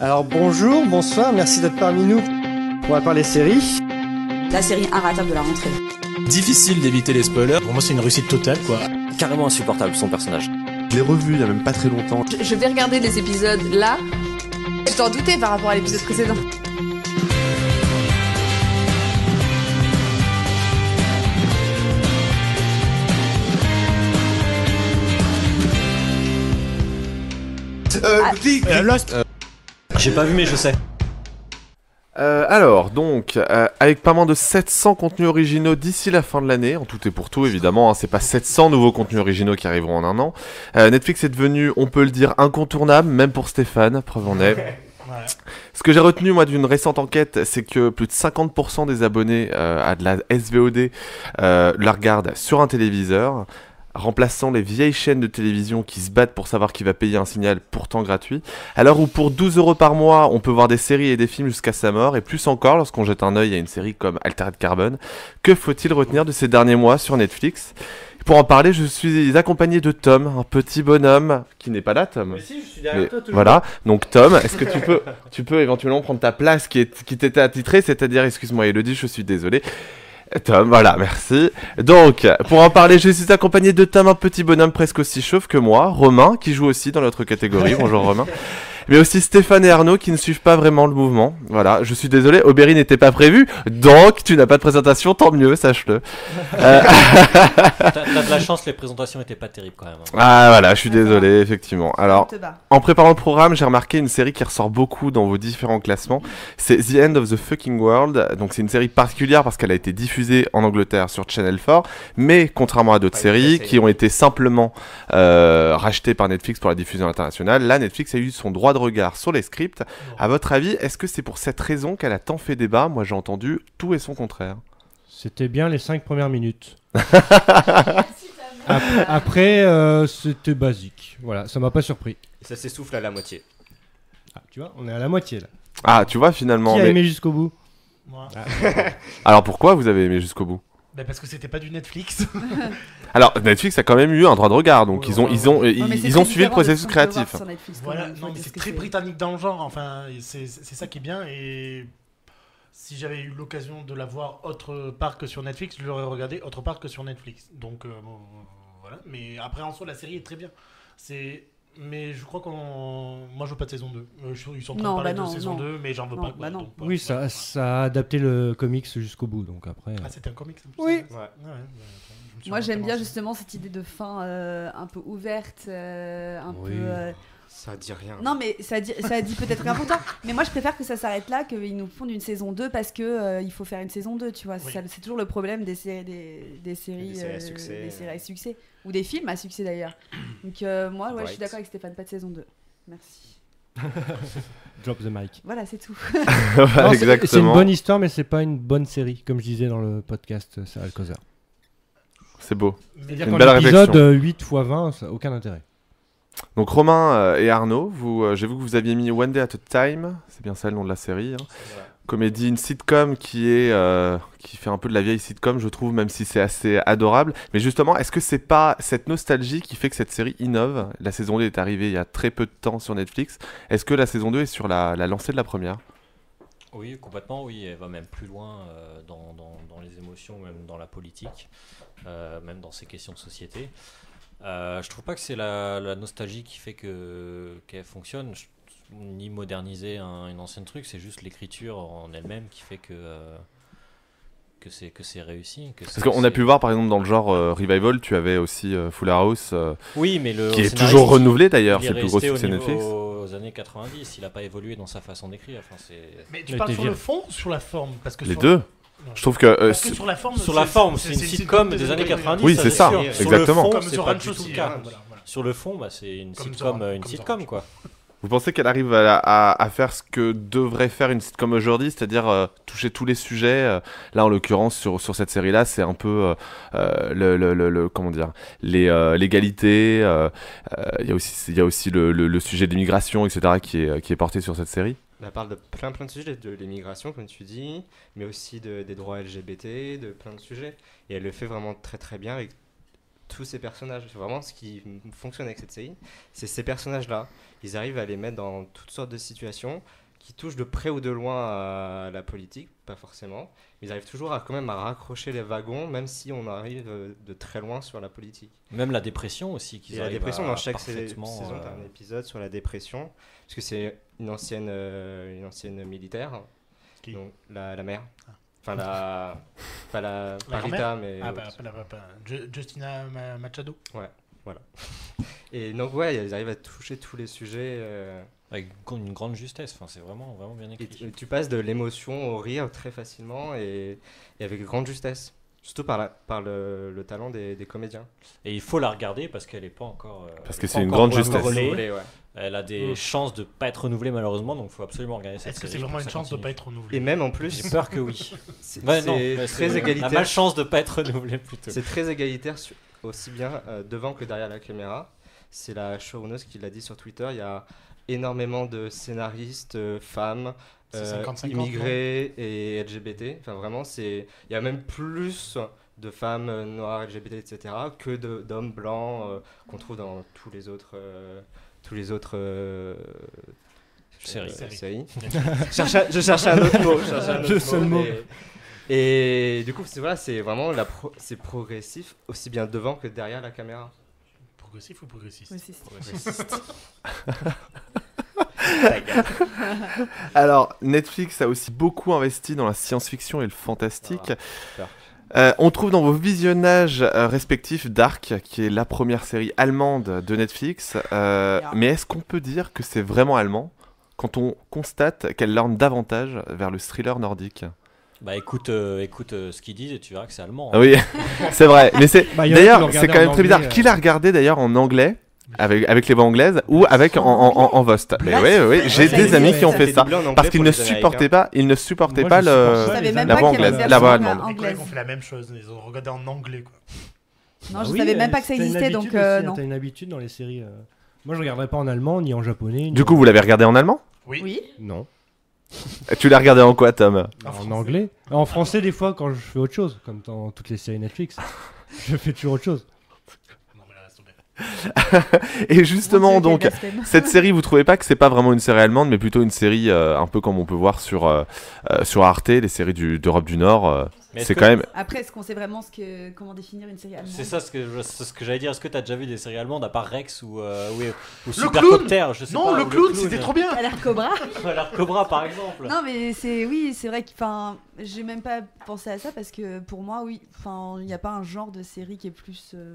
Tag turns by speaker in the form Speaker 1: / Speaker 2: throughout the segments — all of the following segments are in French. Speaker 1: Alors bonjour, bonsoir, merci d'être parmi nous. On va parler séries.
Speaker 2: La série inratable de la rentrée.
Speaker 3: Difficile d'éviter les spoilers. Pour moi, c'est une réussite totale, quoi.
Speaker 4: Carrément insupportable, son personnage.
Speaker 5: Je l'ai revu il y a même pas très longtemps.
Speaker 6: Je, je vais regarder les épisodes là. Je t'en doutais par rapport à l'épisode précédent.
Speaker 7: Euh, clic, clic.
Speaker 3: Lost.
Speaker 4: J'ai pas vu, mais je sais.
Speaker 5: Euh, alors, donc, euh, avec pas moins de 700 contenus originaux d'ici la fin de l'année, en tout et pour tout évidemment, hein, c'est pas 700 nouveaux contenus originaux qui arriveront en un an. Euh, Netflix est devenu, on peut le dire, incontournable, même pour Stéphane, preuve en est.
Speaker 3: Voilà.
Speaker 5: Ce que j'ai retenu moi d'une récente enquête, c'est que plus de 50% des abonnés euh, à de la SVOD euh, la regardent sur un téléviseur, remplaçant les vieilles chaînes de télévision qui se battent pour savoir qui va payer un signal pourtant gratuit. Alors où pour 12 euros par mois, on peut voir des séries et des films jusqu'à sa mort, et plus encore lorsqu'on jette un œil à une série comme Altered Carbon, que faut-il retenir de ces derniers mois sur Netflix pour en parler, je suis accompagné de Tom, un petit bonhomme qui n'est pas là, Tom.
Speaker 8: si, je suis
Speaker 5: Mais voilà, donc Tom, est-ce que tu peux, tu peux éventuellement prendre ta place qui est- qui t'était attitrée, c'est-à-dire, excuse-moi Elodie, je suis désolé. Tom, voilà, merci. Donc, pour en parler, je suis accompagné de Tom, un petit bonhomme presque aussi chauve que moi, Romain, qui joue aussi dans l'autre catégorie, bonjour Romain. Mais aussi Stéphane et Arnaud qui ne suivent pas vraiment le mouvement. Voilà, je suis désolé, Aubéry n'était pas prévu, donc tu n'as pas de présentation, tant mieux, sache-le. Euh,
Speaker 4: T'as t'as de la chance, les présentations étaient pas terribles quand même. hein.
Speaker 5: ah voilà, je suis désolé, effectivement. Alors,
Speaker 6: Te barre.
Speaker 5: En préparant le programme, j'ai remarqué une série qui ressort beaucoup dans vos différents classements. C'est The End of the Fucking World. Donc c'est une série particulière parce qu'elle a été diffusée en Angleterre sur Channel 4. Mais contrairement à d'autres
Speaker 8: Pas
Speaker 5: séries
Speaker 8: déplacée.
Speaker 5: qui ont été simplement euh, rachetées par Netflix pour la diffusion internationale, là Netflix a eu son droit de regard sur les scripts. À votre avis, est-ce que c'est pour cette raison qu'elle a tant fait débat Moi j'ai entendu tout et son contraire.
Speaker 9: C'était bien les 5 premières minutes. Ap- Après, euh, c'était basique. Voilà, ça m'a pas surpris.
Speaker 8: Ça s'essouffle à la moitié.
Speaker 9: Ah, tu vois, on est à la moitié là.
Speaker 5: Ah, tu vois finalement.
Speaker 9: Qui a
Speaker 5: mais-
Speaker 9: aimé jusqu'au bout
Speaker 3: Moi.
Speaker 5: Alors pourquoi vous avez aimé jusqu'au bout
Speaker 3: Bah, parce que c'était pas du Netflix.
Speaker 5: Alors Netflix a quand même eu un droit de regard, donc
Speaker 3: Ouais,
Speaker 5: ils ont
Speaker 3: ouais,
Speaker 5: ils ont
Speaker 2: Non,
Speaker 5: ils,
Speaker 2: mais c'est
Speaker 5: ils
Speaker 2: très
Speaker 5: ont suivi le
Speaker 2: différent de
Speaker 5: processus
Speaker 2: ce qu'on peut voir
Speaker 5: créatif.
Speaker 2: sur Netflix, quand
Speaker 3: voilà,
Speaker 2: même,
Speaker 3: non, mais
Speaker 2: je
Speaker 3: c'est
Speaker 2: pense que
Speaker 3: très britannique dans le genre. Enfin, c'est c'est ça qui est bien. Et si j'avais eu l'occasion de la voir autre part que sur Netflix, je l'aurais regardé autre part que sur Netflix. Donc, euh, bon, voilà. Mais après, en soi, la série est très bien. C'est. Mais je crois qu'on. Moi, je veux pas de saison 2. Euh, je- Ils sont en train
Speaker 2: Non,
Speaker 3: de parler
Speaker 2: bah non,
Speaker 3: de saison
Speaker 2: non.
Speaker 3: 2, mais j'en veux
Speaker 2: Non,
Speaker 3: pas. quoi.
Speaker 2: bah non.
Speaker 3: Donc, voilà.
Speaker 9: Oui, ça, ça a adapté le comics jusqu'au bout, donc après.
Speaker 3: Ah, c'était un comic, ça
Speaker 6: Oui.
Speaker 3: Ouais, ouais, bah, attends, je me suis
Speaker 2: Moi, j'aime bien
Speaker 3: vraiment-
Speaker 2: justement cette idée de fin euh, un peu ouverte, euh, un
Speaker 9: Oui.
Speaker 2: peu. euh,
Speaker 8: Ça dit rien.
Speaker 2: Non, mais ça dit, ça dit peut-être rien pour toi. Mais moi, je préfère que ça s'arrête là, qu'ils nous font une saison 2 parce que euh, il faut faire une saison 2, tu vois.
Speaker 3: Oui.
Speaker 2: Ça, C'est toujours le problème des, sé- des, des séries,
Speaker 8: Des séries à
Speaker 2: euh,
Speaker 8: succès.
Speaker 2: des séries à succès. Ou des films à succès d'ailleurs. Donc, euh, moi, ouais, je suis
Speaker 8: Right.
Speaker 2: d'accord avec Stéphane, pas de saison 2. Merci.
Speaker 9: Drop the mic.
Speaker 2: Voilà, c'est tout.
Speaker 9: Non, c'est- C'est une
Speaker 5: Exactement.
Speaker 9: bonne histoire, mais c'est pas une bonne série, comme je disais dans le podcast euh, Sarah Alcozer.
Speaker 5: C'est beau.
Speaker 3: Mais
Speaker 9: C'est-à-dire
Speaker 5: Une
Speaker 9: qu'en
Speaker 5: belle
Speaker 9: épisode
Speaker 5: réflexion.
Speaker 9: euh, 8 x 20, ça a aucun intérêt.
Speaker 5: Donc Romain euh, et Arnaud, vous, euh, j'ai vu que vous aviez mis One Day at a Time, c'est bien ça le nom de la série. hein. Comédie, une sitcom qui est euh, qui fait un peu de la vieille sitcom, je trouve, même si c'est assez adorable. Mais justement, est-ce que c'est pas cette nostalgie qui fait que cette série innove La saison 2 est arrivée il y a très peu de temps sur Netflix. Est-ce que la saison 2 est sur la, la lancée de la première
Speaker 4: Oui, complètement, oui. Elle va même plus loin euh, dans, dans- dans les émotions, même dans la politique, euh, même dans ces questions de société. Euh, je trouve pas que c'est la, la nostalgie qui fait que qu'elle fonctionne, je- ni moderniser un, une ancienne truc, c'est juste l'écriture en elle-même qui fait que euh, que c'est que c'est réussi. Que
Speaker 5: Parce qu'on a pu voir par exemple dans le genre euh, revival, tu avais aussi euh, Full House, euh,
Speaker 4: Oui, mais le
Speaker 5: qui est
Speaker 4: scénariste,
Speaker 5: toujours renouvelé d'ailleurs,
Speaker 4: il est
Speaker 5: c'est le plus gros
Speaker 4: resté au
Speaker 5: succès
Speaker 4: niveau-
Speaker 5: Netflix.
Speaker 4: Aux années 90, il a pas évolué dans sa façon d'écrire. Enfin, c'est
Speaker 3: Mais tu
Speaker 9: Mais
Speaker 3: parles
Speaker 9: t'es
Speaker 3: sur
Speaker 9: viré.
Speaker 3: le fond ou sur la forme Parce que
Speaker 5: Les
Speaker 3: sur-
Speaker 5: deux.
Speaker 3: Non.
Speaker 5: Je trouve que euh,
Speaker 3: Parce que
Speaker 5: c'est-
Speaker 3: sur la forme,
Speaker 4: Sur la forme, c'est une sitcom des années 90.
Speaker 5: Oui, c'est ça,
Speaker 4: sûr.
Speaker 8: exactement.
Speaker 4: Sur le fond,
Speaker 3: Comme
Speaker 4: c'est
Speaker 3: sur
Speaker 4: pas
Speaker 3: Rancho
Speaker 4: du tout le
Speaker 3: aussi,
Speaker 4: cas.
Speaker 3: hein, voilà, voilà.
Speaker 4: Sur le fond, bah, c'est une
Speaker 3: Comme
Speaker 4: sitcom,
Speaker 3: Zorro,
Speaker 4: euh, une
Speaker 3: comme
Speaker 4: sitcom
Speaker 3: Zorro.
Speaker 4: quoi.
Speaker 5: Vous pensez qu'elle arrive à, à- à faire ce que devrait faire une sitcom aujourd'hui, c'est-à-dire euh, toucher tous les sujets euh, Là, en l'occurrence, sur, sur cette série-là, c'est un peu euh, euh, le, le- le- le- comment dire, les euh, l'égalité. euh, euh, Il y a aussi, il y a aussi le, le- le sujet de l'immigration, etc., qui est qui est porté sur cette série.
Speaker 8: Elle parle de plein plein de sujets, de l'immigration comme tu dis, mais aussi de- des droits LGBT, de plein de sujets. Et elle le fait vraiment très très bien avec tous ces personnages. C'est vraiment ce qui m- fonctionne avec cette série. C'est ces personnages-là. Ils arrivent à les mettre dans toutes sortes de situations qui touchent de près ou de loin à la politique, pas forcément. Mais ils arrivent toujours à quand même à raccrocher les wagons, même si on arrive euh, de très loin sur la politique.
Speaker 4: Même la dépression aussi. qu'ils
Speaker 8: Et la
Speaker 4: arrivent
Speaker 8: dépression,
Speaker 4: à
Speaker 8: dans chaque sais-
Speaker 4: parfaitement,
Speaker 8: saison,
Speaker 4: euh,
Speaker 8: t'as un épisode sur la dépression, parce que c'est une ancienne, euh, une ancienne militaire,
Speaker 3: Qui
Speaker 8: donc la, la mère.
Speaker 3: Ah.
Speaker 8: Enfin, la. Pas la. pas
Speaker 3: La grand-mère
Speaker 8: Rita, mais.
Speaker 3: Ah,
Speaker 8: ouais,
Speaker 3: bah, bah, bah, bah, Ju- Justina Ma- Machado. bah.
Speaker 8: Et donc, ouais, ils arrivent à toucher tous les sujets. euh,
Speaker 4: Avec une grande justesse. Enfin, c'est vraiment, vraiment bien
Speaker 8: et
Speaker 4: écrit.
Speaker 8: tu, tu passes de l'émotion au rire très facilement et, et avec grande justesse. Surtout par, la, par le, le talent des, des comédiens.
Speaker 4: Et il faut la regarder parce qu'elle n'est pas encore. euh,
Speaker 5: Parce
Speaker 4: elle
Speaker 5: que
Speaker 4: est
Speaker 5: c'est
Speaker 4: pas
Speaker 5: une
Speaker 4: encore
Speaker 5: grande
Speaker 4: renouvelée.
Speaker 5: justesse.
Speaker 8: Volé, ouais.
Speaker 4: Elle a des chances de pas être renouvelée malheureusement, donc il faut absolument regarder cette
Speaker 3: Est-ce que c'est
Speaker 4: série pour
Speaker 3: vraiment
Speaker 4: ça
Speaker 3: une chance de
Speaker 4: continue.
Speaker 3: pas être
Speaker 8: Et
Speaker 3: renouvelée
Speaker 8: même en
Speaker 4: J'ai
Speaker 8: plus,
Speaker 4: peur que oui.
Speaker 8: c'est
Speaker 4: Ouais,
Speaker 8: c'est
Speaker 4: non, mais c'est
Speaker 8: très
Speaker 4: La
Speaker 8: égalitaire.
Speaker 4: malchance de pas être renouvelée plutôt.
Speaker 8: C'est très égalitaire su- aussi bien euh, devant que derrière la caméra. C'est la showrunneuse qui l'a dit sur Twitter. Il y a énormément de scénaristes, euh, femmes,
Speaker 3: C'est
Speaker 8: euh,
Speaker 3: 50-50,
Speaker 8: immigrés et LGBT. Enfin, vraiment, c'est. Il y a même plus de femmes euh, noires, LGBT, etc., que de- d'hommes blancs euh, qu'on trouve dans tous les autres. euh, tous les autres. euh,
Speaker 4: Séries.
Speaker 8: euh, Cherche à- je cherchais un autre mot. je cherchais un autre
Speaker 9: Le seul mot.
Speaker 8: Et, et du coup, c'est voilà, c'est vraiment la pro- c'est progressif aussi bien devant que derrière la caméra.
Speaker 3: Progressif ou progressiste
Speaker 2: Oui, c'est-
Speaker 5: Alors, Netflix a aussi beaucoup investi dans la science-fiction et le fantastique. Euh, on trouve dans vos visionnages euh, respectifs Dark, qui est la première série allemande de Netflix. Euh,
Speaker 2: Yeah.
Speaker 5: Mais est-ce qu'on peut dire que c'est vraiment allemand quand on constate qu'elle lorne davantage vers le thriller nordique
Speaker 4: Bah écoute, euh, écoute euh, ce qu'ils disent et tu verras que c'est allemand. hein.
Speaker 5: Ah Oui, c'est vrai. Mais c'est
Speaker 9: Bah, il y en a qui l'ont
Speaker 5: d'ailleurs,
Speaker 9: regardé
Speaker 5: c'est quand même
Speaker 9: en
Speaker 5: très bizarre.
Speaker 9: anglais, euh.
Speaker 5: Qui l'a regardé d'ailleurs en anglais avec, avec les voix anglaises
Speaker 9: Bah,
Speaker 5: ou avec en, en, en, en Vost Mais oui, oui, j'ai
Speaker 2: Black
Speaker 5: des amis qui ont fait
Speaker 2: Friday.
Speaker 5: ça. Parce qu'ils ne supportaient pas, ils ne supportaient
Speaker 9: Moi,
Speaker 5: pas
Speaker 9: je
Speaker 5: le,
Speaker 9: supporte
Speaker 2: Je
Speaker 9: pas.
Speaker 2: savais même
Speaker 5: la
Speaker 2: pas
Speaker 5: voix
Speaker 2: qu'il y avait
Speaker 5: anglaise,
Speaker 2: une
Speaker 5: la voix
Speaker 2: version
Speaker 5: allemande.
Speaker 3: Les collègues ont
Speaker 2: anglaise.
Speaker 3: fait la même chose, ils ont regardé en anglais quoi.
Speaker 2: Non, je
Speaker 9: Bah
Speaker 2: savais
Speaker 9: oui,
Speaker 2: même
Speaker 9: euh,
Speaker 2: pas que ça
Speaker 9: t'as une
Speaker 2: existait,
Speaker 9: habitude
Speaker 2: donc euh,
Speaker 9: aussi, hein,
Speaker 2: non.
Speaker 9: T'as une habitude dans les séries. euh. Moi, je regarderais pas en allemand ni en japonais. ni
Speaker 5: Du
Speaker 9: en-
Speaker 5: coup, vous l'avez regardé en allemand
Speaker 2: Oui,
Speaker 9: Non.
Speaker 5: Tu l'as regardé en quoi, Tom
Speaker 3: En
Speaker 9: En,
Speaker 3: français.
Speaker 9: anglais. En français, des fois, quand je fais autre chose, comme dans toutes les séries Netflix, je fais toujours autre chose.
Speaker 3: Non, mais là, laisse tomber.
Speaker 5: Et justement,
Speaker 2: Mon Dieu,
Speaker 5: donc,
Speaker 2: quel blasphème.
Speaker 5: cette série, vous trouvez pas que c'est pas vraiment une série allemande, mais plutôt une série euh, un peu comme on peut voir sur, euh, euh, sur Arte, les séries du- d'Europe du Nord. euh,
Speaker 4: Mais est-ce
Speaker 5: c'est
Speaker 4: que-
Speaker 5: quand même.
Speaker 2: Après, est-ce qu'on sait vraiment ce que... comment définir une série allemande
Speaker 4: C'est ça ce que, je- c'est ce que j'allais dire. Est-ce que t'as déjà vu des séries allemandes à part Rex ou, euh, ou- ou
Speaker 3: clown
Speaker 4: Supercopter je sais
Speaker 3: Non,
Speaker 4: pas, hein.
Speaker 3: le
Speaker 4: ou
Speaker 3: clown, c'était trop bien
Speaker 2: À l'air cobra
Speaker 4: Alors Cobra par exemple.
Speaker 2: Non, mais c'est oui, c'est vrai que enfin, j'ai même pas pensé à ça parce que pour moi, oui, enfin, il n'y a pas un genre de série qui est plus euh,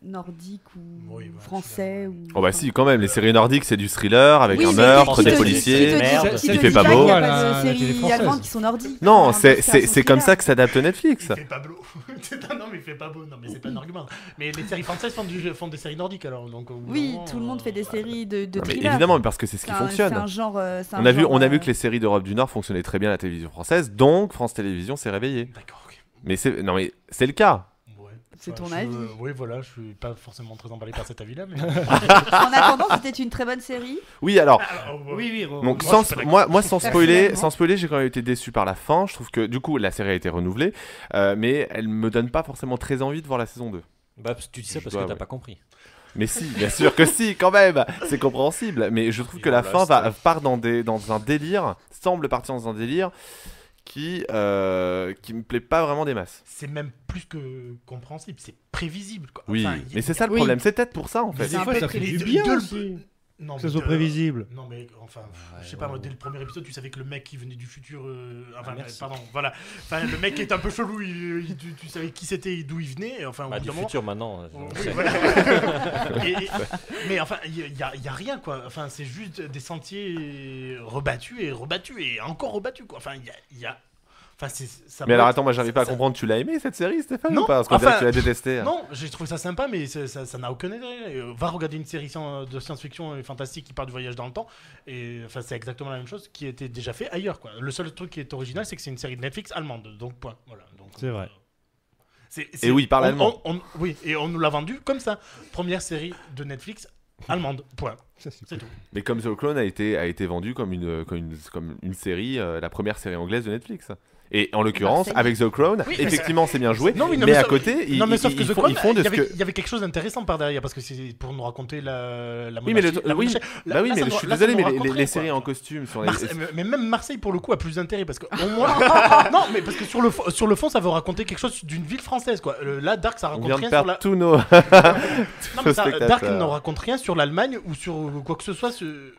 Speaker 2: nordique ou
Speaker 3: Oui, bah,
Speaker 2: français
Speaker 3: je
Speaker 2: ou.
Speaker 5: Oh bah si, quand même, les séries nordiques, c'est du thriller avec
Speaker 2: Oui,
Speaker 5: un
Speaker 2: mais
Speaker 5: meurtre,
Speaker 2: qui
Speaker 5: des
Speaker 2: te- qui
Speaker 5: policiers.
Speaker 2: te dit-
Speaker 4: Merde.
Speaker 2: qui
Speaker 5: Il
Speaker 2: te
Speaker 5: fait
Speaker 2: dit
Speaker 5: pas
Speaker 2: pas
Speaker 5: beau.
Speaker 2: qu'il y a
Speaker 9: Voilà,
Speaker 2: pas
Speaker 9: la
Speaker 2: de
Speaker 9: télé
Speaker 2: séries
Speaker 9: française.
Speaker 2: allemandes qui sont nordiques.
Speaker 5: Non,
Speaker 2: Enfin,
Speaker 5: c'est-
Speaker 2: Ah, un
Speaker 5: c'est
Speaker 2: son
Speaker 5: c'est comme
Speaker 2: thriller.
Speaker 5: ça que s'adapte Netflix.
Speaker 3: Il fait pas beau. C'est- non, mais il fait pas beau. Non, mais c'est pas un argument. Mais les séries françaises font, du- font des séries nordiques alors. Donc, au bout d'un
Speaker 2: Oui,
Speaker 3: moment,
Speaker 2: tout le monde fait des
Speaker 3: euh,
Speaker 2: séries de, de
Speaker 5: Non, mais
Speaker 2: thrillers.
Speaker 5: évidemment, parce que c'est ce
Speaker 2: C'est
Speaker 5: qui
Speaker 2: un-
Speaker 5: fonctionne.
Speaker 2: C'est un genre. euh, c'est un
Speaker 5: On a, vu,
Speaker 2: genre,
Speaker 5: on a vu
Speaker 2: euh,
Speaker 5: que les séries d'Europe du Nord fonctionnaient très bien à la télévision française, donc France Télévisions s'est réveillée.
Speaker 3: D'accord, ok.
Speaker 5: Mais c'est non mais c'est le cas.
Speaker 3: Ouais.
Speaker 2: C'est
Speaker 3: Enfin,
Speaker 2: ton
Speaker 3: je-
Speaker 2: avis.
Speaker 3: euh, oui, voilà, je suis pas forcément très emballé par cet avis-là. Mais...
Speaker 2: En attendant, c'était une très bonne série.
Speaker 5: Oui alors
Speaker 3: Alors, ouais.
Speaker 9: oui.
Speaker 5: donc
Speaker 3: moi, je
Speaker 5: sans
Speaker 3: suis pas d'accord.
Speaker 5: moi moi sans spoiler
Speaker 2: Personnellement.
Speaker 5: sans spoiler j'ai quand même été déçu par la fin. Je trouve que du coup la série a été renouvelée, euh, mais elle me donne pas forcément très envie de voir la saison 2.
Speaker 4: Bah, tu dis ça
Speaker 5: Je
Speaker 4: parce
Speaker 5: dois
Speaker 4: que t'as
Speaker 5: avouer.
Speaker 4: pas compris.
Speaker 5: Mais si bien sûr que si quand même c'est compréhensible. Mais je trouve que la fin va part dans des dans un délire semble partir dans un délire qui euh, qui me plaît pas vraiment des masses.
Speaker 3: C'est même plus que compréhensible, c'est prévisible. Quoi.
Speaker 5: Oui,
Speaker 3: Enfin, il y a-
Speaker 5: mais c'est ça le
Speaker 2: Oui.
Speaker 5: problème. C'est peut-être pour ça en fait.
Speaker 9: Des
Speaker 3: un
Speaker 9: fois,
Speaker 3: peu
Speaker 9: ça fait
Speaker 3: les
Speaker 9: du
Speaker 3: deux-
Speaker 9: bien
Speaker 3: deux-
Speaker 9: aussi.
Speaker 3: Non,
Speaker 9: Que
Speaker 3: mais
Speaker 9: ça soit
Speaker 3: de-
Speaker 9: prévisible.
Speaker 3: Non, mais enfin, je sais
Speaker 4: ouais,
Speaker 3: pas,
Speaker 4: ouais,
Speaker 3: moi,
Speaker 4: ouais.
Speaker 3: dès le premier épisode, tu savais que le mec qui venait du futur. euh, enfin,
Speaker 5: Ah,
Speaker 4: merci.
Speaker 3: pardon, voilà. Enfin, le mec est un peu chelou, il- il- tu, tu savais qui c'était et d'où il venait. et Enfin, au
Speaker 4: Bah,
Speaker 3: bout
Speaker 4: du
Speaker 3: d'un moment.
Speaker 4: futur maintenant. euh, on
Speaker 3: Oui,
Speaker 4: sait.
Speaker 3: voilà. Et- et- mais enfin, il n'y a, y a rien quoi. Enfin, c'est juste des sentiers rebattus et rebattus et encore rebattus quoi. Enfin, il y a. y a- Enfin, c'est. ça
Speaker 5: Mais
Speaker 3: peut
Speaker 5: alors
Speaker 3: être-
Speaker 5: attends, moi j'arrive pas à
Speaker 3: ça-
Speaker 5: comprendre, tu l'as aimé cette série Stéphane
Speaker 3: Non,
Speaker 5: ou pas Parce qu'on dirait
Speaker 3: enfin,
Speaker 5: que tu l'as détesté.
Speaker 3: Non, j'ai trouvé ça sympa, mais c'est- ça ça n'a aucun intérêt. Euh, Va regarder une série sans- de science-fiction et fantastique qui part du voyage dans le temps. Et enfin, c'est exactement la même chose qui était déjà fait ailleurs. Quoi. Le seul truc qui est original, c'est que c'est une série de Netflix allemande. Donc point. Voilà. Donc, euh,
Speaker 9: C'est vrai.
Speaker 3: c'est- c'est-
Speaker 5: oui, il parle
Speaker 3: on-
Speaker 5: allemand.
Speaker 3: on- on- oui, et on nous l'a vendu comme ça. Première série de Netflix allemande. Point.
Speaker 9: Ça, c'est
Speaker 3: C'est
Speaker 9: cool.
Speaker 3: tout.
Speaker 5: Mais comme The Clone a été, a été vendu comme une, euh, comme une, comme une série, euh, la première série anglaise de Netflix. Et en l'occurrence,
Speaker 3: Ah,
Speaker 2: ça y est.
Speaker 5: avec The Clone,
Speaker 3: Oui, mais
Speaker 5: effectivement, c'est bien joué.
Speaker 3: Non, oui,
Speaker 5: mais,
Speaker 3: non, mais
Speaker 5: à
Speaker 3: sauf-
Speaker 5: côté, ils,
Speaker 3: non, mais
Speaker 5: ils-
Speaker 3: sauf que
Speaker 5: ils
Speaker 3: The
Speaker 5: font,
Speaker 3: Clone,
Speaker 5: ils font de
Speaker 3: il y
Speaker 5: ce
Speaker 3: avait-
Speaker 5: que.
Speaker 3: il y avait quelque chose d'intéressant par derrière, parce que c'est pour nous raconter la, la
Speaker 5: Oui, mais le-
Speaker 3: monarchie- la
Speaker 5: oui,
Speaker 3: monarchie- là-
Speaker 5: bah oui,
Speaker 3: là,
Speaker 5: mais
Speaker 3: ça
Speaker 5: je
Speaker 3: nous-
Speaker 5: suis
Speaker 3: là, ça
Speaker 5: désolé,
Speaker 3: nous
Speaker 5: mais les- les,
Speaker 3: raconterait,
Speaker 5: les
Speaker 3: quoi.
Speaker 5: séries en costume sont.
Speaker 3: Marse- mais- mais même Marseille pour le coup a plus d'intérêt parce que au moins non mais parce que sur le fo- sur le fond ça veut raconter quelque chose d'une ville française quoi Euh, là Dark ça
Speaker 5: On
Speaker 3: raconte
Speaker 5: vient de
Speaker 3: rien sur
Speaker 5: perdre
Speaker 3: la
Speaker 5: tous nos.
Speaker 3: non, mais ça- euh,
Speaker 5: spectateurs.
Speaker 3: Dark ne raconte rien sur l'Allemagne ou sur quoi que ce soit ce...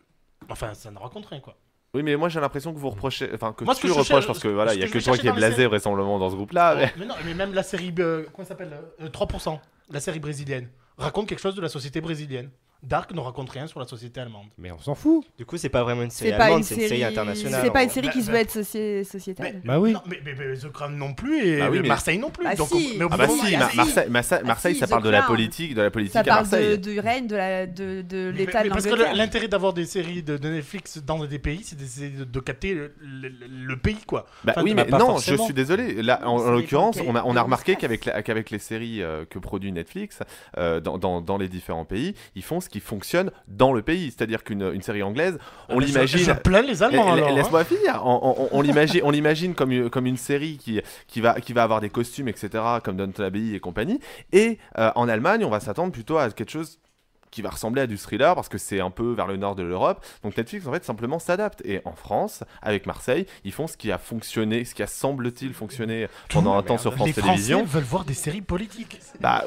Speaker 3: enfin ça ne raconte rien quoi
Speaker 5: Oui, mais moi j'ai l'impression que vous reprochez. Enfin, que
Speaker 3: Moi, ce
Speaker 5: tu
Speaker 3: que je
Speaker 5: reproches
Speaker 3: cherche-
Speaker 5: parce que
Speaker 3: ce
Speaker 5: voilà,
Speaker 3: que
Speaker 5: il y a
Speaker 3: je
Speaker 5: que
Speaker 3: vais
Speaker 5: toi
Speaker 3: chercher
Speaker 5: qui est
Speaker 3: dans les
Speaker 5: blasé vraisemblablement dans ce groupe-là. mais-
Speaker 3: mais non mais même la série euh, comment ça s'appelle euh, 3% la série brésilienne raconte quelque chose de la société brésilienne Dark ne raconte rien sur la société allemande
Speaker 9: Mais on s'en fout.
Speaker 8: Du coup, c'est pas vraiment une série
Speaker 2: C'est pas une
Speaker 8: allemande, c'est
Speaker 2: série.
Speaker 8: une série internationale.
Speaker 2: C'est pas
Speaker 8: en
Speaker 2: une
Speaker 8: gros.
Speaker 2: série qui se veut être soci- sociétale.
Speaker 9: Bah oui.
Speaker 3: non, mais, mais- mais The Crown non plus et euh,
Speaker 5: Bah oui, mais-
Speaker 3: Marseille non plus
Speaker 2: Bah
Speaker 3: donc
Speaker 2: si.
Speaker 3: on- mais au
Speaker 5: Ah bah
Speaker 3: bout d'un moment,
Speaker 5: si,
Speaker 3: il y a-
Speaker 5: Mar- Marseille, Marseille,
Speaker 2: Ah
Speaker 5: Marseille,
Speaker 2: si,
Speaker 5: ça
Speaker 2: The
Speaker 5: parle de la
Speaker 2: Crown.
Speaker 5: politique, de la politique
Speaker 2: Ça
Speaker 5: à
Speaker 2: parle de,
Speaker 5: Marseille.
Speaker 2: du règne, de la- de- de
Speaker 3: Mais-
Speaker 2: l'État de
Speaker 3: mais parce que
Speaker 2: l'Angleterre.
Speaker 3: le- l'intérêt d'avoir des séries de, de Netflix dans des pays, c'est d'essayer de, de capter le, le- le- le pays, quoi.
Speaker 5: Bah
Speaker 3: Enfin,
Speaker 5: oui,
Speaker 3: de-
Speaker 5: mais
Speaker 4: bah, pas
Speaker 5: non, je
Speaker 4: forcément.
Speaker 5: suis désolé. Là, en, en
Speaker 2: Ça dépend
Speaker 5: l'occurrence,
Speaker 2: quel-
Speaker 5: on a, on
Speaker 2: quel
Speaker 5: a remarqué
Speaker 2: espace.
Speaker 5: qu'avec la- qu'avec les séries euh, que produit Netflix, euh, dans, dans, dans les différents pays, ils font ce qui fonctionne dans le pays. C'est-à-dire qu'une une série anglaise, on
Speaker 3: Ah, mais Je, je
Speaker 5: l'imagine.
Speaker 3: plains
Speaker 5: Eh,
Speaker 3: les Allemands,
Speaker 5: la-
Speaker 3: alors. hein.
Speaker 5: Laisse-moi finir. On, on- on- on l'imagine, on l'imagine comme une, comme une série qui, qui, va, qui va avoir des costumes, etc., comme Downton Abbey et compagnie. Et euh, en Allemagne, on va s'attendre plutôt à quelque chose qui va ressembler à du thriller parce que c'est un peu vers le nord de l'Europe. Donc Netflix, en fait, simplement s'adapte. Et en France, avec Marseille, ils font ce qui a fonctionné, ce qui a semble-t-il fonctionné pendant un temps sur France
Speaker 3: hein. les Français
Speaker 5: Télévisions.
Speaker 3: veulent voir des séries politiques.
Speaker 5: Bah,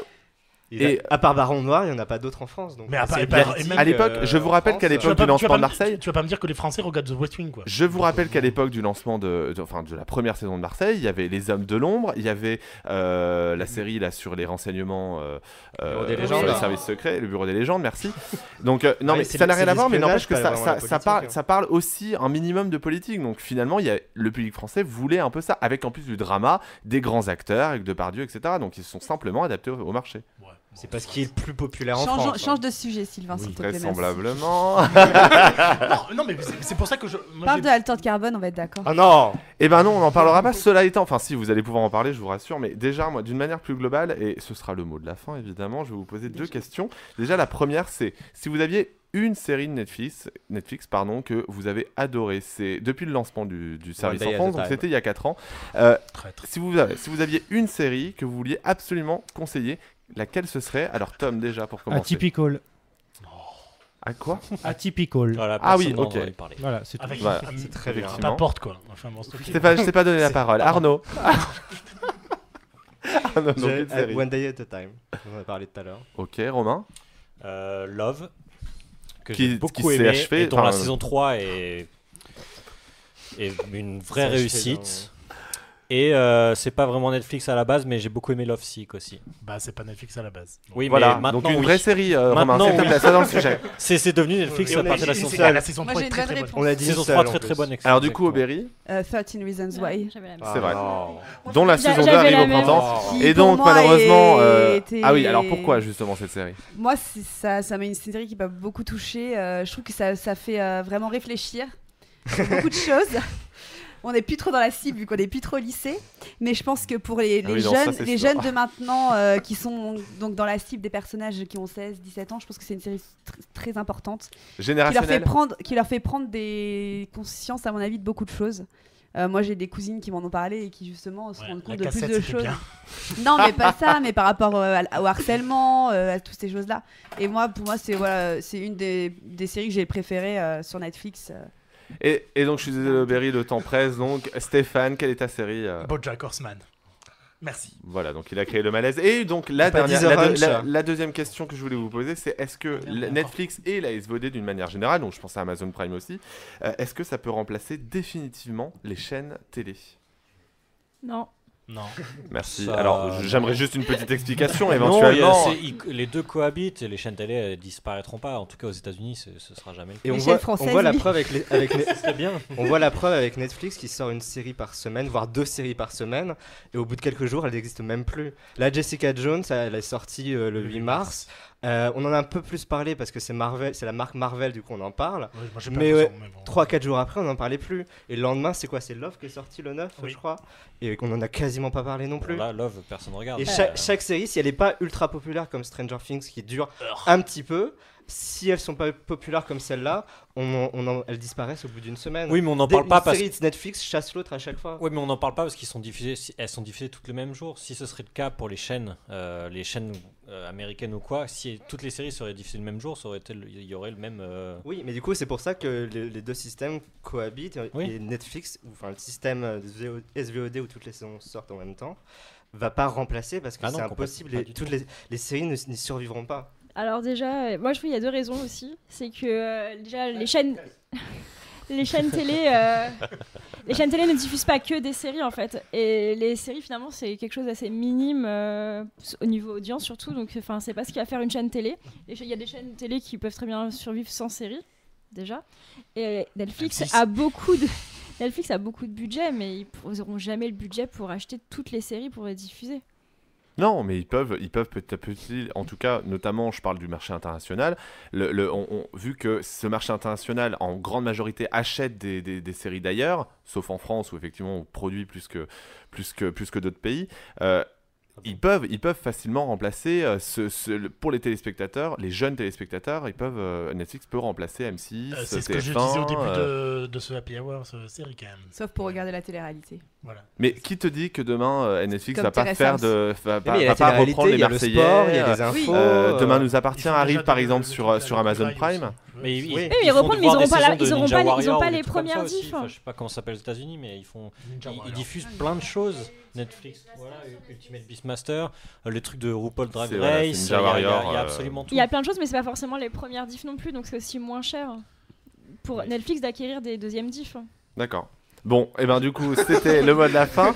Speaker 8: Il y a-
Speaker 5: Et-
Speaker 8: à part Baron Noir, il n'y en a pas d'autres en France. Donc
Speaker 3: Mais à part-
Speaker 8: c'est
Speaker 3: et par-
Speaker 8: politique,
Speaker 3: et même-
Speaker 5: à l'époque,
Speaker 8: euh,
Speaker 5: je vous rappelle
Speaker 8: en
Speaker 5: qu'à
Speaker 8: France,
Speaker 5: l'époque du
Speaker 3: me-
Speaker 5: lancement
Speaker 3: pas
Speaker 5: de
Speaker 3: me-
Speaker 5: Marseille,
Speaker 3: tu vas pas me dire que les Français regardent The West Wing, quoi.
Speaker 5: Je vous rappelle qu'à l'époque du lancement de, de- enfin, de la première saison de Marseille, il y avait Les Hommes de l'Ombre, il y avait euh, la série là, sur les renseignements euh,
Speaker 8: Bureau des
Speaker 5: sur
Speaker 8: légendes.
Speaker 5: les services secrets, le Bureau des légendes, merci. Donc, euh, non,
Speaker 8: Ouais,
Speaker 5: mais
Speaker 8: c'est
Speaker 5: ça
Speaker 8: le-
Speaker 5: n'a
Speaker 8: c'est
Speaker 5: rien à voir, mais
Speaker 8: l'espionnage,
Speaker 5: n'empêche que
Speaker 8: pas
Speaker 5: ça,
Speaker 8: vraiment
Speaker 5: ça,
Speaker 8: la
Speaker 5: ça
Speaker 8: politique,
Speaker 5: parle,
Speaker 8: hein.
Speaker 5: ça parle aussi un minimum de politique. Donc finalement, il y a, le public français voulait un peu ça, avec en plus du drama, des grands acteurs, avec Depardieu, etc. Donc ils se sont simplement adaptés au, au marché.
Speaker 3: Ouais, bon.
Speaker 8: C'est parce qu'il est le plus populaire en
Speaker 2: Changeons-
Speaker 8: France. hein.
Speaker 2: Change de sujet, Sylvain, s'il te plaît. merci.
Speaker 5: Vraisemblablement.
Speaker 3: Non, non, mais c'est- c'est pour ça que je. moi,
Speaker 2: Parle
Speaker 3: j'ai-
Speaker 2: de Alter Carbone, on va être d'accord.
Speaker 8: Ah non
Speaker 5: Eh ben non, on n'en parlera pas, cela étant, enfin si vous allez pouvoir en parler, je vous rassure, mais déjà, moi, d'une manière plus globale, et ce sera le mot de la fin, évidemment, je vais vous poser deux questions. Déjà, la première, c'est si vous aviez une série de Netflix, Netflix pardon, que vous avez adorée, c'est depuis le lancement du, du service
Speaker 8: Day at
Speaker 5: enfance,
Speaker 8: a
Speaker 5: donc
Speaker 8: Time.
Speaker 5: c'était il y a 4 ans, euh,
Speaker 3: Traître.
Speaker 5: si, vous avez- si vous aviez une série que vous vouliez absolument conseiller, laquelle ce serait Alors Tom, déjà, pour commencer.
Speaker 9: Atypical.
Speaker 5: À quoi
Speaker 9: Atypical.
Speaker 4: Voilà,
Speaker 5: Ah oui,
Speaker 4: personne n'en
Speaker 5: ok.
Speaker 4: va y parler.
Speaker 9: Voilà, c'est tout.
Speaker 3: Avec
Speaker 5: Bah,
Speaker 3: un-
Speaker 8: C'est très bien.
Speaker 5: effectivement.
Speaker 3: ta porte, quoi. Enfin, bon, c'est ok.
Speaker 5: Je t'ai pas, je t'ai pas donné la
Speaker 8: C'est-
Speaker 5: parole. Arnaud Arnaud, donc
Speaker 8: J'ai-
Speaker 5: une série.
Speaker 8: One Day at a Time, on en a parlé tout à l'heure.
Speaker 5: Ok, Romain
Speaker 4: Euh, Love, que
Speaker 5: Qui-
Speaker 4: j'ai beaucoup
Speaker 5: qui s'est
Speaker 4: aimé,
Speaker 5: achevé,
Speaker 4: et dont la
Speaker 5: enfin,
Speaker 4: saison 3 est, est une vraie
Speaker 8: C'est achevé
Speaker 4: réussite. Et euh, c'est pas vraiment Netflix à la base, mais j'ai beaucoup aimé Love Sick aussi.
Speaker 3: Bah, c'est pas Netflix à la base. Bon.
Speaker 4: Oui,
Speaker 5: Voilà,
Speaker 4: mais maintenant,
Speaker 5: donc une
Speaker 4: oui.
Speaker 5: vraie série, euh, Romain,
Speaker 4: Maintenant,
Speaker 5: s'il te plaît,
Speaker 4: oui.
Speaker 5: ça dans le sujet.
Speaker 4: c'est, c'est devenu Netflix
Speaker 8: Et on
Speaker 4: à
Speaker 8: a
Speaker 4: partir de la
Speaker 8: dit-
Speaker 4: saison
Speaker 8: c'est-
Speaker 4: 3.
Speaker 3: La saison
Speaker 2: Moi,
Speaker 3: 3
Speaker 2: j'ai
Speaker 3: est
Speaker 2: une
Speaker 3: très
Speaker 2: bonne
Speaker 3: très bonne.
Speaker 2: réponse.
Speaker 8: On a dit
Speaker 4: Saison
Speaker 8: seul,
Speaker 4: 3
Speaker 8: en
Speaker 4: très très
Speaker 8: plus.
Speaker 4: bonne.
Speaker 5: Alors du coup,
Speaker 4: exactement.
Speaker 5: Aubery,
Speaker 2: Euh, 13 Reasons Why.
Speaker 5: C'est vrai.
Speaker 8: non.
Speaker 5: dont la
Speaker 10: J'a-
Speaker 5: saison 2
Speaker 10: j'avais
Speaker 5: arrive
Speaker 10: la
Speaker 5: au
Speaker 10: même.
Speaker 5: printemps.
Speaker 2: Qui,
Speaker 5: Et
Speaker 2: pour
Speaker 5: donc,
Speaker 2: moi,
Speaker 5: malheureusement... euh,
Speaker 2: était-
Speaker 5: Ah oui, alors pourquoi justement cette série
Speaker 2: Moi, c'est- ça, ça m'a une série qui m'a beaucoup touchée. Euh, je trouve que ça, ça fait euh, vraiment réfléchir sur beaucoup de choses. On n'est plus trop dans la cible vu qu'on n'est plus trop au lycée, mais je pense que pour les,
Speaker 5: Ah
Speaker 2: les
Speaker 5: oui, non, ça,
Speaker 2: jeunes,
Speaker 5: c'est
Speaker 2: les
Speaker 5: sûr.
Speaker 2: jeunes de maintenant euh, qui sont donc dans la cible des personnages qui ont 16, 17 ans, je pense que c'est une série tr- très importante qui leur fait
Speaker 5: Générationnelle
Speaker 2: prendre, qui leur fait prendre des consciences, à mon avis, de beaucoup de choses. Euh, moi, j'ai des cousines qui m'en ont parlé et qui justement se
Speaker 3: Ouais,
Speaker 2: rendent
Speaker 3: la
Speaker 2: compte de plus
Speaker 3: cassette,
Speaker 2: de
Speaker 3: c'était
Speaker 2: choses.
Speaker 3: bien.
Speaker 2: Non, mais pas ça, mais par rapport euh, à- au harcèlement, euh, à toutes ces choses-là. Et moi, pour moi, c'est voilà, c'est une des, des séries que j'ai préférées euh, sur Netflix. euh.
Speaker 5: et, et donc, je suis désolé, Aubery, le temps presse. Donc, Stéphane, quelle est ta série euh,
Speaker 3: Bojack Horseman. Merci.
Speaker 5: Voilà, donc il a créé le malaise. Et donc, la,
Speaker 8: C'est pas
Speaker 5: dernière,
Speaker 8: Deezer
Speaker 5: la,
Speaker 8: Ranch,
Speaker 5: la-
Speaker 8: ça.
Speaker 5: la deuxième question que je voulais vous poser, c'est est-ce que
Speaker 3: Merde,
Speaker 5: la-
Speaker 3: encore.
Speaker 5: Netflix et la SVOD d'une manière générale, donc je pense à Amazon Prime aussi, euh, est-ce que ça peut remplacer définitivement les chaînes télé
Speaker 10: Non.
Speaker 3: Non.
Speaker 5: Merci.
Speaker 4: Ça- euh,
Speaker 5: Alors, j- j'aimerais juste une petite explication
Speaker 4: Non, il y a-
Speaker 5: éventuellement.
Speaker 4: c'est- ils- les deux cohabitent et les chaînes télé elles disparaîtront pas. En tout cas, aux États-Unis, ce, ce sera jamais le cas.
Speaker 8: Et on
Speaker 2: chaînes
Speaker 8: voit,
Speaker 2: françaises,
Speaker 8: on voit la
Speaker 2: oui.
Speaker 8: preuve avec, les- avec les-
Speaker 4: C'est bien.
Speaker 8: on voit la preuve avec Netflix qui sort une série par semaine, voire deux séries par semaine, et au bout de quelques jours, elle n'existe même plus. Là, Jessica Jones, elle est sortie euh, le 8 mars. Euh, on en a un peu plus parlé parce que c'est Marvel, c'est la marque Marvel, du coup on en parle.
Speaker 3: Ouais, moi, j'ai
Speaker 8: Mais
Speaker 3: pas
Speaker 8: ouais,
Speaker 3: l'impression, bon.
Speaker 8: 3-4 jours après, on n'en parlait plus. Et le lendemain, c'est quoi C'est Love qui est sorti le 9,
Speaker 3: Oui.
Speaker 8: je crois. Et qu'on en a quasiment pas parlé non plus.
Speaker 4: Là, Love, personne ne regarde.
Speaker 8: Et
Speaker 4: Euh,
Speaker 8: chaque, chaque série, si elle n'est pas ultra populaire comme Stranger Things qui dure un petit peu, si elles sont pas populaires comme celle-là, on, en- on en- elles disparaissent au bout d'une semaine.
Speaker 4: Oui, mais on n'en
Speaker 8: Des-
Speaker 4: parle pas
Speaker 8: une
Speaker 4: parce-
Speaker 8: série de Netflix chasse l'autre à chaque fois.
Speaker 4: Oui, mais on n'en parle pas parce qu'ils sont diffusés. si- Elles sont diffusées toutes le même jour. Si ce serait le cas pour les chaînes, euh, les chaînes euh, américaines ou quoi, si toutes les séries seraient diffusées le même jour, ça aurait été le- il y aurait le même. euh,
Speaker 8: Oui, mais du coup, c'est pour ça que le- les deux systèmes cohabitent. et-
Speaker 4: Oui.
Speaker 8: Et Netflix, ou enfin le système euh, VO SVOD où toutes les saisons sortent en même temps, va pas remplacer parce que
Speaker 4: Ah non,
Speaker 8: c'est
Speaker 4: complètement
Speaker 8: impossible.
Speaker 4: pas
Speaker 8: Et
Speaker 4: du
Speaker 8: toutes les, les séries ne- n'y survivront pas.
Speaker 10: Alors déjà, euh, moi je trouve qu'il y a deux raisons aussi. C'est que euh, déjà les chaînes, les chaînes télé, euh, les chaînes télé ne diffusent pas que des séries en fait. Et les séries finalement c'est quelque chose d'assez minime euh, au niveau audience surtout. Donc enfin c'est pas ce qui va faire une chaîne télé. Et Il y a des chaînes télé qui peuvent très bien survivre sans séries déjà. Et Netflix
Speaker 11: M6.
Speaker 10: a beaucoup de Netflix a beaucoup de budget, mais ils n'auront jamais le budget pour acheter toutes les séries pour les diffuser.
Speaker 5: Non, mais ils peuvent, ils peuvent petit à petit, en tout cas, notamment, je parle du marché international. Le, le- on- on- vu que ce marché international, en grande majorité, achète des, des- des séries d'ailleurs, sauf en France où effectivement on produit plus que, plus que, plus que d'autres pays. euh, ils peuvent, ils peuvent facilement remplacer euh, ce, ce- le- pour les téléspectateurs, les jeunes téléspectateurs, ils peuvent euh, Netflix peut remplacer M6,
Speaker 3: Euh, c'est ce que je
Speaker 5: TF1,
Speaker 3: disais au début
Speaker 5: euh,
Speaker 3: de, de ce Happy Hour, ce série quand même.
Speaker 2: Sauf pour regarder la télé-réalité.
Speaker 3: Voilà.
Speaker 5: Mais qui te dit que demain euh, Netflix
Speaker 2: Comme
Speaker 5: va pas
Speaker 2: Terrace
Speaker 5: faire
Speaker 2: House.
Speaker 5: de va
Speaker 8: Mais
Speaker 5: pas,
Speaker 8: il y a
Speaker 5: va
Speaker 8: la
Speaker 5: pas
Speaker 8: télé-réalité,
Speaker 5: reprendre les
Speaker 8: il y a le
Speaker 5: Marseillais
Speaker 8: sport, il y a les
Speaker 5: euh,
Speaker 8: infos,
Speaker 5: euh, demain
Speaker 8: euh,
Speaker 5: nous appartient
Speaker 8: ils font
Speaker 5: arrive
Speaker 8: déjà
Speaker 5: par
Speaker 8: des-
Speaker 5: exemple
Speaker 8: des
Speaker 5: sur
Speaker 8: trucs
Speaker 5: euh, sur
Speaker 8: à la
Speaker 5: Amazon
Speaker 8: Prime
Speaker 5: Prime.
Speaker 4: Mais ils,
Speaker 10: Oui, mais ils reprennent, mais ils auront pas la- ils auront pas- ils auront pas les premières
Speaker 4: premières
Speaker 10: diffs, hein.
Speaker 4: je sais pas comment ça s'appelle aux États-Unis, mais ils font,
Speaker 10: Ninja
Speaker 4: ils, ils
Speaker 10: Warrior.
Speaker 4: diffusent plein de choses. Netflix, voilà, Ultimate Beastmaster, euh, les trucs de RuPaul Drag
Speaker 5: C'est- voilà, c'est
Speaker 4: Race, euh, il y
Speaker 5: Ninja
Speaker 4: a- il y a-
Speaker 5: Warrior,
Speaker 4: il y a
Speaker 5: euh,
Speaker 4: absolument tout.
Speaker 10: Il y a plein de choses, mais c'est pas forcément les premières diffs non plus, donc c'est aussi moins cher pour Netflix d'acquérir des deuxièmes diffs.
Speaker 5: eh D'accord. Bon, et ben du coup, c'était le mot de la fin.